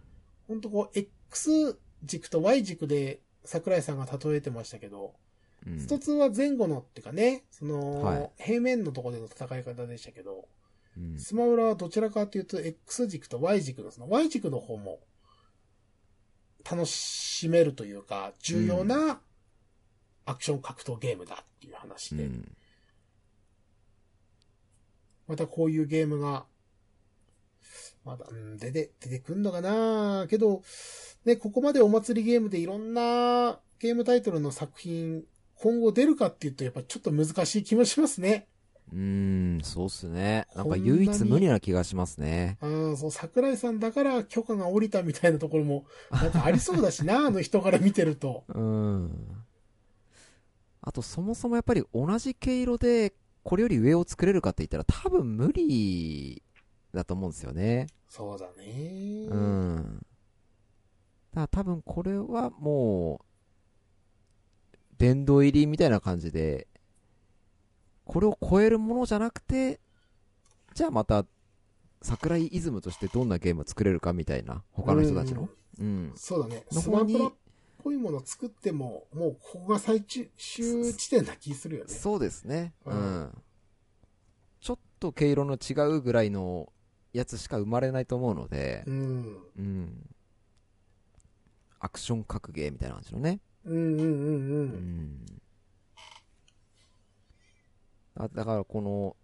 S1: ほんとこう、X 軸と Y 軸で桜井さんが例えてましたけど、
S2: うん
S1: スト2は前後のっていうかね、その、
S2: はい
S1: 平面のところでの戦い方でしたけど、
S2: うん
S1: スマブラはどちらかというと X 軸と Y 軸の、その Y 軸の方も楽しめるというか、重要なアクション格闘ゲームだっていう話
S2: う
S1: で、
S2: ん
S1: またこういうゲームが、まだ、うん、出て、出てくんのかなけど、ね、ここまでお祭りゲームでいろんなゲームタイトルの作品、今後出るかっていうと、やっぱちょっと難しい気もしますね。
S2: うん、そうっすね。なんか唯一無二な気がしますね。
S1: うん、そう、桜井さんだから許可が下りたみたいなところも、なんかありそうだし *laughs* な、あの人から見てると。
S2: うん。あと、そもそもやっぱり同じ毛色で、これより上を作れるかって言ったら多分無理だと思うんですよね。
S1: そうだね。
S2: う。ん。だから多分これはもう、殿堂入りみたいな感じで、これを超えるものじゃなくて、じゃあまた、桜井イズムとしてどんなゲームを作れるかみたいな、他の人たちの。うん。
S1: そうだね。
S2: の
S1: スマ
S2: 方
S1: ブラっ
S2: に、
S1: ぽいもの作っても、もうここが最中終地点な気するよね。
S2: そうですね。
S1: う
S2: うんん。ちょっと毛色の違うぐらいのやつしか生まれないと思うので
S1: う、ん。
S2: うん。アクション格ゲーみたいな感じのね。
S1: うんうんうんう。
S2: うんんあだからこの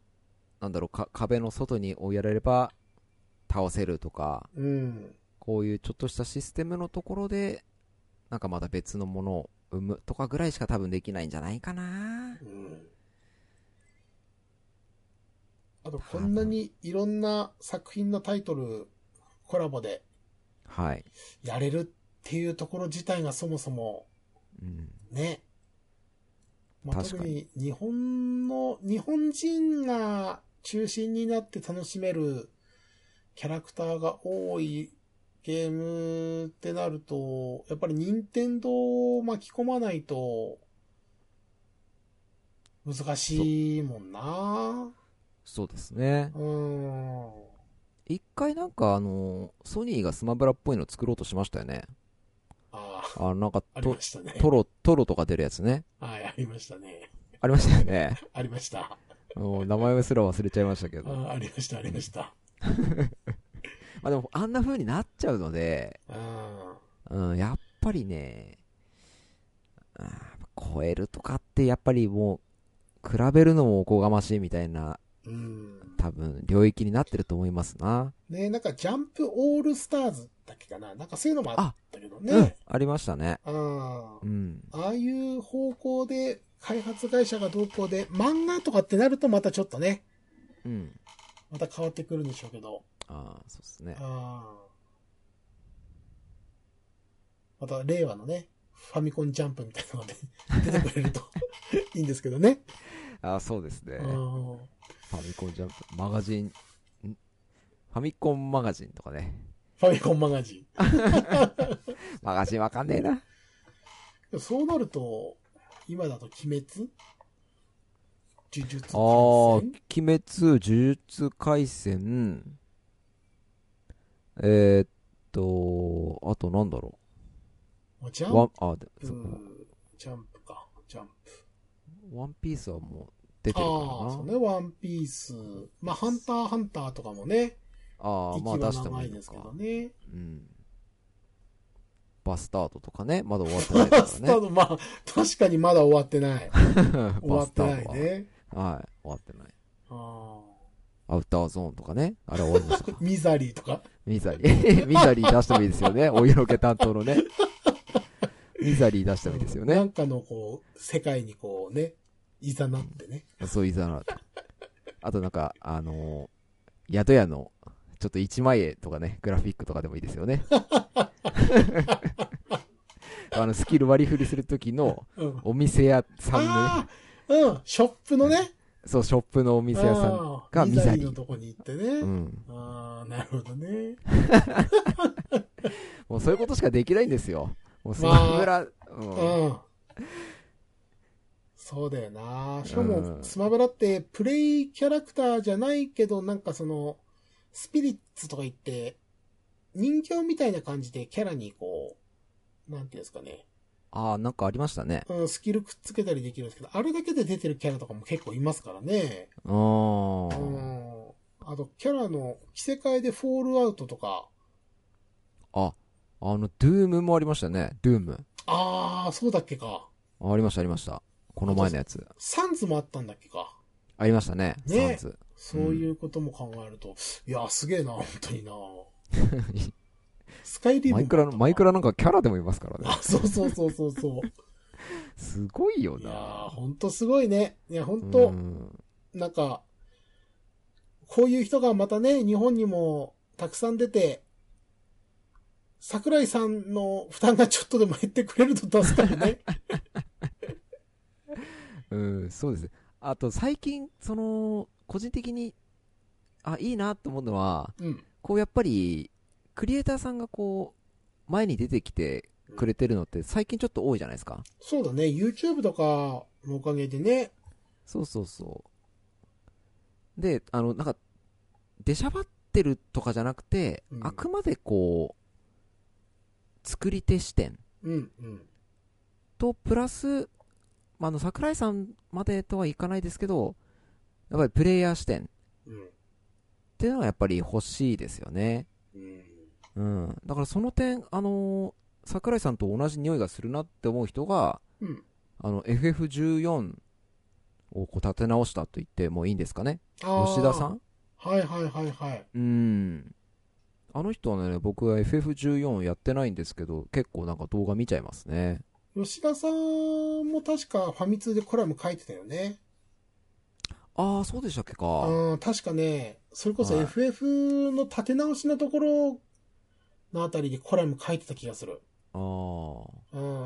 S2: なんだろうか壁の外に追いやられれば倒せるとか
S1: うん。
S2: こういうちょっとしたシステムのところでなんかまた別のものを生むとかぐらいしか多分できないんじゃないかな
S1: うん。あと、こんなにいろんな作品のタイトル、コラボで
S2: はい、
S1: やれるっていうところ自体がそもそも、
S2: うん、
S1: ね。まあ、
S2: 確
S1: 特
S2: かに
S1: に日本の、日本人が中心になって楽しめるキャラクターが多いゲームってなると、やっぱり任天堂を巻き込まないと難しいもんな
S2: そうですね
S1: うーん。
S2: 一回なんかあのソニーがスマブラっぽいの作ろうとしましたよね
S1: ああ、
S2: あなんか
S1: あり
S2: ト
S1: ましたね。
S2: トロトロとか出るやつね
S1: はい、ありましたね。
S2: ありましたよね
S1: ありました。
S2: もう名前すら忘れちゃいましたけ
S1: あ
S2: ど
S1: ーありました、ありました。
S2: まあでも、あんな風になっちゃうので、
S1: うん。
S2: うん、やっぱりね、あー超えるとかって、やっぱりもう、比べるのもおこがましいみたいな
S1: うん。
S2: 多分、領域になってると思いますな。
S1: ねなんかジャンプオールスターズだっけかななんかそういうのもあったけど
S2: うん
S1: ね。。
S2: ありましたね。
S1: あ
S2: うん。
S1: ああいう方向で、開発会社がどうこうで、漫画とかってなるとまたちょっとね、
S2: うん。
S1: また変わってくるんでしょうけど。
S2: ああ、そうですね。
S1: あーまた令和のね、ファミコンジャンプみたい
S2: *laughs*
S1: なので出てくれるといいんですけどね。
S2: ああ、そうですね。
S1: あー
S2: ファミコンジャンプ、マガジン、んファミコンマガジンとかね。
S1: ファミコンマガジ
S2: マガジンわかんねえな。
S1: ン。そうなると、今だと鬼滅呪術
S2: ああ、
S1: 廻
S2: 鬼滅、呪術廻戦、えー、っと、あとなんだろ
S1: 戦。ジャ
S2: う。
S1: ン
S2: ワン、あ、で
S1: プ
S2: そっか、
S1: ジャンプか。ジャンプ。
S2: ワンピースはもう出て
S1: あ
S2: る
S1: あ
S2: か
S1: ー、
S2: ら
S1: そう
S2: な。
S1: ね、ワンピース。まあ、ハンターハンターとかもね、
S2: ああ、
S1: 息
S2: まあ
S1: は
S2: 出しても
S1: 長
S2: い
S1: い
S2: いの
S1: ですけ
S2: か
S1: ど。ね。
S2: うん。バスタードとかね、まだ終わってな
S1: *laughs*
S2: い
S1: バ
S2: で
S1: ス
S2: す
S1: タ
S2: から
S1: ー
S2: ね。
S1: ド、まあ、確かにまだ終わってない。終わ
S2: *laughs* バ
S1: っ
S2: ス
S1: て
S2: タ
S1: な
S2: ー
S1: い
S2: ドは。
S1: ね。
S2: はい、終わってない。
S1: あ
S2: アウターゾーンとかね。あれ終わりま
S1: *laughs*
S2: したか
S1: ーミザリーとか。
S2: ミザリー。ミザリー出してもいいですよね。お色気担当のね。ミザリー出してもいいですよ
S1: な
S2: ね。
S1: んかのこう、世界にこうね、いざなってね。
S2: そういざな。あとなんか、あのー宿屋の、ちょっと一枚絵とかね、グラフィックとかでもいいですよね。 *laughs* あの、スキル割り振りするときの、
S1: うん。
S2: お店屋さんのね、
S1: ああー、うん、ショップのね。
S2: そう、ショップのお店屋さん。
S1: あー
S2: がミザリー
S1: のとこに行ってね。
S2: うん。
S1: ああ、なるほどね。
S2: もうそういうことしかできないんですよ。もうス
S1: まあ
S2: マブラ、うん。
S1: うん。そうだよな。しか
S2: う
S1: も、
S2: ん
S1: スマブラって、プレイキャラクターじゃないけど、なんかその、スピリッツとか言って、人形みたいな感じでキャラにこう、なんていうんですかね、
S2: ああ、なんかありましたね。
S1: うん、スキルくっつけたりできるんですけど、あれだけで出てるキャラとかも結構いますからね。
S2: あー
S1: うん。あと、キャラの着せ替えでフォールアウトとか、
S2: あ、あの、ドゥームもありましたね。ドゥーム。
S1: あー、そうだっけか。
S2: あありました、ありました。この前のやつ。
S1: サンズもあったんだっけか。
S2: ありましたね。
S1: ね
S2: サンズ。
S1: そういうことも考えると、いや、すげえな、本当
S2: *laughs*
S1: にな。スカイリブン
S2: マイクラの、マイクラなんかキャラでもいますからね
S1: あ、。そうそうそうそうそう。
S2: すご *laughs* いよ
S1: いやー、
S2: な。
S1: ほんとすごいね。いや、ほん
S2: う
S1: と、
S2: ん
S1: なんか、こういう人がまたね、日本にもたくさん出て、桜井さんの負担がちょっとでも減ってくれると助かる
S2: *laughs*
S1: ね。
S2: うん、そうです。あと、最近、その、個人的に、あ、いいなと思うのは、
S1: うん。
S2: こう、やっぱり、クリエイターさんがこう、前に出てきてくれてるのって、最近ちょっと多いじゃないですか。
S1: そうだね、YouTube とかのおかげでね。
S2: そうそうそう。で、あの、なんか、出しゃばってるとかじゃなくて、
S1: うん
S2: あくまでこう、作り手視点
S1: うん、うん。
S2: と、プラス、まあ、あの、桜井さんまでとはいかないですけど、やっぱりプレイヤー視点っ
S1: うん。
S2: ていうのはやっぱり欲しいですよね。
S1: うん。
S2: うん。だからその点、あのー桜井さんと同じ匂いがするなって思う人が、
S1: うん。
S2: あの、FF14 をこう立て直したと言ってもいいんですかね。
S1: あー
S2: 吉田さん
S1: はいはいはいはい。
S2: うん。あの人はね、僕は FF14 やってないんですけど、結構なんか動画見ちゃいますね。
S1: 吉田さんも確かファミ通でコラム書いてたよね。
S2: ああ、そうでしたっけか。
S1: うん、確かね、それこそ
S2: はい
S1: FF の立て直しのところのあたりでコラム書いてた気がする。
S2: ああ。
S1: うん。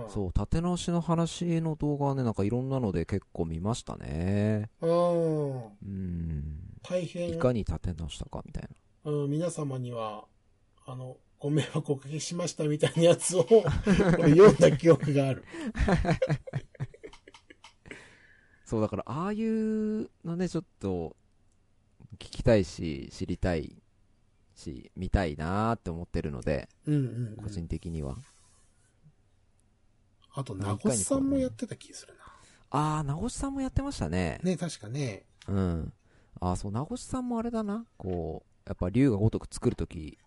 S2: そう、立て直しの話の動画はね、なんかいろんなので結構見ましたね。
S1: う。うん。
S2: うん。
S1: 大
S2: い
S1: 変、
S2: かに立て直したかみたいな。
S1: うん、皆様には、あの、ご迷惑をおかけしましたみたいなや
S2: *laughs*
S1: つを俺読んだ記憶がある。
S2: そう、だからああいうのね、ちょっと、聞きたいし、知りたいし、見たいなーって思ってるので、
S1: うんうん、う
S2: 個
S1: ん。
S2: 人的には。
S1: あと、名越さんもやってた気がするな。
S2: ああ、名越さんもやってましたね。
S1: ね、確かね。
S2: うん。あーそう、名越さんもあれだな。こう、やっぱ竜が如く作るとき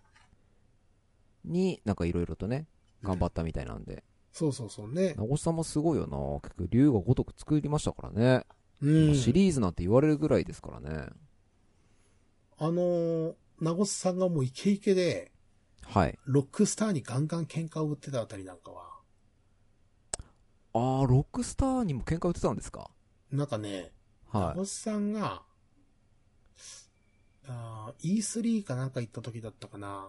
S2: に、なんかいろいろとね、頑張ったみたいなんで。
S1: そうそうそうね。
S2: 名越さんもすごいよな。結局、竜が如く作りましたからね。
S1: うん。
S2: シリーズなんて言われるぐらいですからね。
S1: あのー、名越さんがもうイケイケで、
S2: はい。
S1: ロックスターにガンガン喧嘩を売ってたあたりなんかは、
S2: あー、ロックスターにも喧嘩売ってたんですか
S1: なんかね、
S2: は
S1: 名越さんが、あー E3 かなんか行った時だったかな。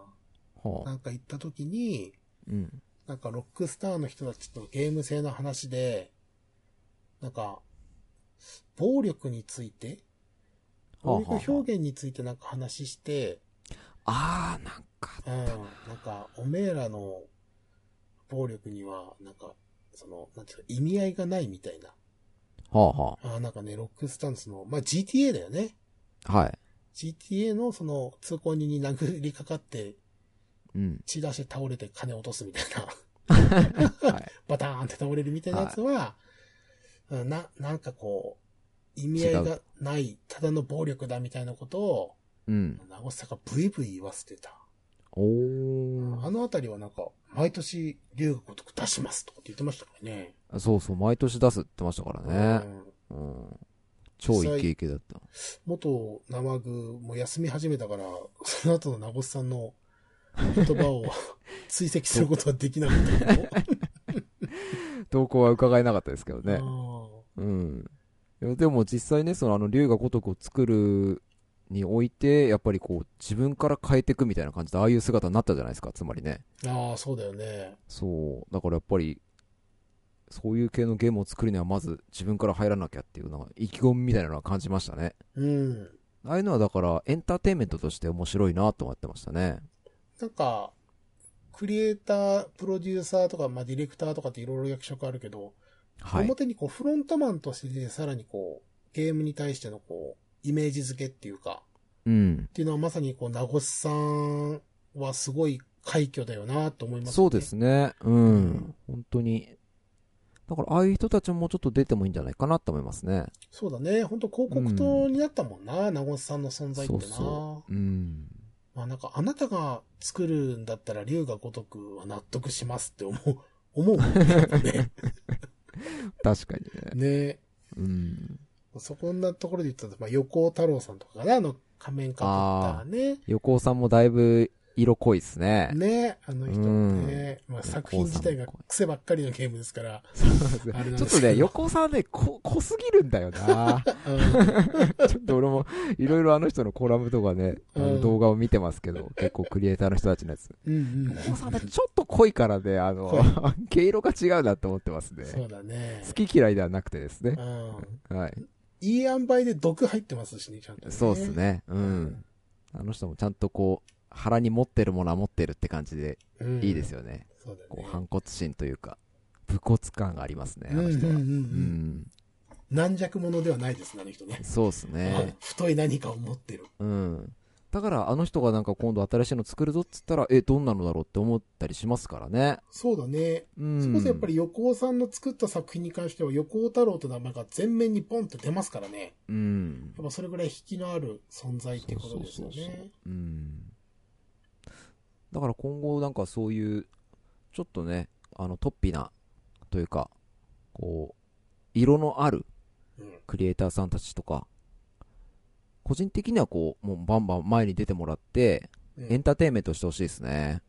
S2: い。はあ
S1: な。んか行った時に、
S2: うん。
S1: なんかロックスターの人たちとゲーム性の話で、なんか、暴力について、
S2: はあ
S1: 暴
S2: はあはあ
S1: 力表現についてなんか話して、
S2: あー、なんか、
S1: うん、なんか、おめえらの暴力には、なんか、その、なんていうか、意味合いがないみたいな。
S2: はあは
S1: あーなんかね、ロックスターのその、まあ、GTA だよね。
S2: あ。はい。
S1: GTA のその、通行人に殴りかかって、
S2: うん。
S1: 血出して倒れて金落とすみたいな。 *laughs*
S2: はい。
S1: バターンって倒れるみたいなやつは、うんな、なんかこう、意味合いがない、ただの暴力だみたいなことを、
S2: うん。
S1: 名越さんがブイブイ言わせてた。
S2: おー。
S1: あのあたりはなんか、毎年、龍が如く出しますとかって言ってましたからね。
S2: そうそう、毎年出すって言ってましたから
S1: う
S2: ね。
S1: ん
S2: うん。超イケイケだった。
S1: 元生具も休み始めたから、 *laughs* その後の名越さんの言葉
S2: *laughs*
S1: を追跡することはできなかったけど。
S2: 投稿は伺えなかったですけどね。
S1: う
S2: うん。いやでも実際ね、そのあの、竜が如くを作るにおいて、やっぱりこう、自分から変えていくみたいな感じで、ああいう姿になったじゃないですか、つまりね。
S1: んああ、そうだよね。
S2: そう。だからやっぱり、そういう系のゲームを作るには、まず自分から入らなきゃっていう、なんか意気込みみたいなのは感じましたね。
S1: うん。
S2: ああいうのはだから、エンターテインメントとして面白いなと思ってましたね。
S1: なんか、クリエイター、プロデューサーとか、まあ、ディレクターとかっていろいろ役職あるけど、
S2: はい。
S1: 表にこう、フロントマンとして出てさらにこう、ゲームに対してのこう、イメージ付けっていうか、
S2: うん
S1: っ。ていうのはまさにこう、名越さんはすごい快挙だよなと思いますね。
S2: そうですね。うん。
S1: うん
S2: 本当に。だから、ああいう人たちももうちょっと出てもいいんじゃないかなと思いますね。
S1: そうだね。本当広告塔になったもんな、名越さんの存在ってな。
S2: そうそう。うん。
S1: まあなんか、あなたが作るんだったら、龍が如くは納得しますって思う、 *laughs* 思うもんね。やっぱね
S2: 確かにね。
S1: ね
S2: うん。
S1: そこんなところで言ったら、まあ、横尾太郎さんとかがね、あの、仮面かぶったね。
S2: 横尾さんもだいぶ色濃いですね。 *laughs*
S1: ね、あの人ね。まあ、
S2: 横尾さん
S1: 作品自体が癖ばっかりのゲームです
S2: *laughs*
S1: から。
S2: そう
S1: あれなんで
S2: ちょっと
S1: すけど
S2: ね、横尾さんね、こ、濃すぎるんだよ
S1: *laughs*
S2: な。
S1: うん
S2: ちょっと俺も、いろいろあの人のコラムとかね、あ
S1: う
S2: の
S1: ん
S2: 動画を見てますけど、結構クリエイターの人たちのやつ。
S1: うんうん。
S2: 横尾さんね、ちょっと濃いからね、あの
S1: そ、
S2: 毛色が違うなと思ってますね。
S1: そうだね。
S2: 好き嫌いではなくてですね
S1: う。ん。
S2: はい。
S1: いい塩梅で毒入ってますしね、ちゃんと、
S2: そうです。ね。うん。あの人もちゃんとこう、腹に持ってるものは持ってるって感じで、
S1: うん、
S2: いいです
S1: よ。
S2: よね。
S1: そうだよ
S2: こ
S1: ね
S2: う、。反骨心というか、武骨感がありますね、
S1: う
S2: あ
S1: んう
S2: の
S1: ん
S2: 人
S1: うん
S2: は。
S1: う。
S2: うんん。
S1: 軟弱者ではないですね、あの人ね。
S2: そうっす
S1: はい
S2: ね。
S1: 太い何かを持ってる。
S2: うん。だから、あの人がなんか今度新しいの作るぞっつったら、え、どんなのだろうって思ったりしますからね。
S1: そうだね。
S2: うん。
S1: そこそやっぱり横尾さんの作った作品に関しては、横尾太郎という名前が全面にポンって出ますからね。
S2: うん。
S1: やっぱそれぐらい引きのある存在ってことですよ
S2: そうそう
S1: ね。
S2: うん。だから今後なんかそういう、ちょっとね、あの、トッピな、というか、こう、色のある
S1: うん
S2: クリエイターさんたちとか、個人的にはこう、もうバンバン前に出てもらって、
S1: うん
S2: エンターテインメントしてほしいですね。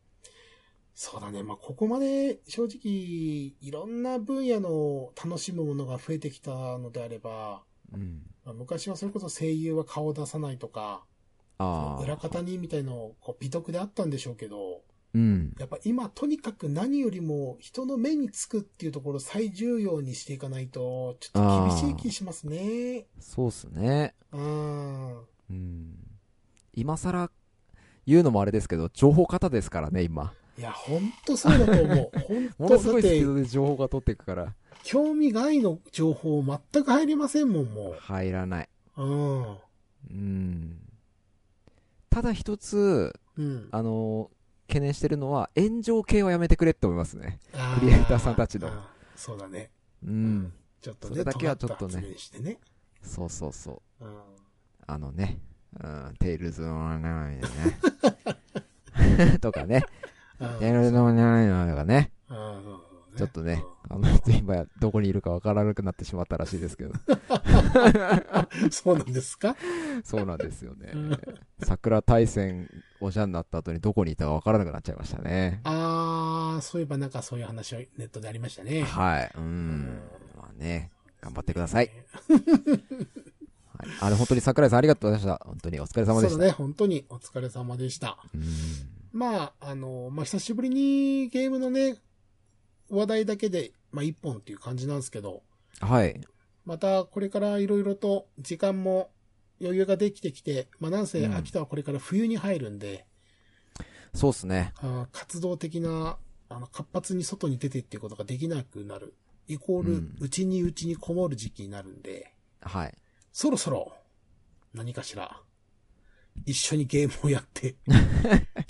S1: そうだね。まあ、ここまで正直、いろんな分野の楽しむものが増えてきたのであれば、
S2: うん。
S1: まあ、昔はそれこそ声優は顔を出さないとか、
S2: ああ。
S1: 裏方にみたいのこう美徳であったんでしょうけど、
S2: うん。
S1: やっぱ今とにかく何よりも人の目につくっていうところを最重要にしていかないと、ちょっと厳しい気しますね。
S2: そうっすね。
S1: うん。
S2: うん。今更言うのもあれですけど、情報型ですからね、今。
S1: いや、ほんとそうだ
S2: *laughs*
S1: と思う。ほん
S2: も
S1: と、
S2: のすごいス
S1: だっ
S2: ピ
S1: て
S2: ードで情報が取っていくから、
S1: 興味外の情報全く入りませんもん、も
S2: 入らない。
S1: う。うん。
S2: うん。ただ一つ、
S1: うん。
S2: あの懸念してるのは、炎上系はやめてくれって思いますね。
S1: あ
S2: クリエイターさんたちの
S1: あーそうだね。う
S2: う。。
S1: んちょっと
S2: そ
S1: ね、
S2: れだけは
S1: 尖
S2: ちょっとね
S1: 発言してね。
S2: そうそうそう。
S1: うん。
S2: あのね、うん、テイルズのなね。とかね、 *laughs*
S1: うん。
S2: テイルズのなとかね、
S1: うんそう
S2: ちょっとね
S1: うん、
S2: あの人今やどこにいるかわからなくなってしまったらしいですけど、
S1: そうなんですか
S2: そうなんですよね
S1: うん。
S2: 桜大戦おじゃになった後にどこにいたかわからなくなっちゃいましたね。
S1: あー、そういえばなんかそういう話をネットでありましたね。
S2: はい。うん。まあね、頑張ってください。はい、あれ本当に桜井さんありがとうございました。本当にお疲れ様で
S1: そ
S2: し
S1: う
S2: た。
S1: だね、本当にお疲れ様でした。
S2: うん
S1: まあ、あの、まあ、久しぶりにゲームのね、話題だけで、まあ、一本っていう感じなんですけど、
S2: はい。
S1: またこれからいろいろと時間も余裕ができてきて、まあ、なんせ
S2: うん
S1: 秋田はこれから冬に入るんで、
S2: そうっすね。
S1: あー活動的な、あの、活発に外に出てっていうことができなくなる。イコー
S2: う
S1: ル
S2: ん、
S1: うちにうちにこもる時期になるんで、
S2: はい。
S1: そろそろ、何かしら、一緒にゲームをや
S2: *laughs*
S1: って、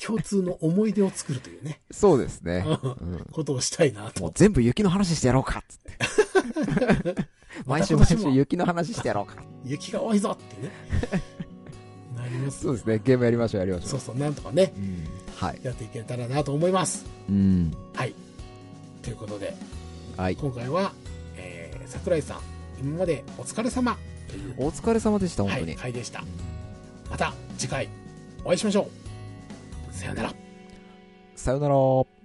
S1: 共通の思い出を作るというね、
S2: そうですね。
S1: う
S2: うん
S1: ことをしたいなと
S2: もう。全部雪の話してやろうかっつって。毎週
S1: ま
S2: 毎
S1: た今年も
S2: 週雪の話してやろうか。
S1: 雪が多いぞって
S2: *laughs*
S1: ね、なります。
S2: そうですね。ゲームやりましょう、やりまし
S1: そ
S2: ょ
S1: う
S2: う。
S1: そう、なんとかね、
S2: うんはい。
S1: やっていけたらなと思います。
S2: うん。
S1: はい。ということで、
S2: はい。
S1: 今回は、えー、桜井さん、今までお疲れ様という、
S2: お疲れ様でした、本
S1: は
S2: 当
S1: い、
S2: に。
S1: 回でした。また次回お会いしましょう。さようなら。
S2: さよなら。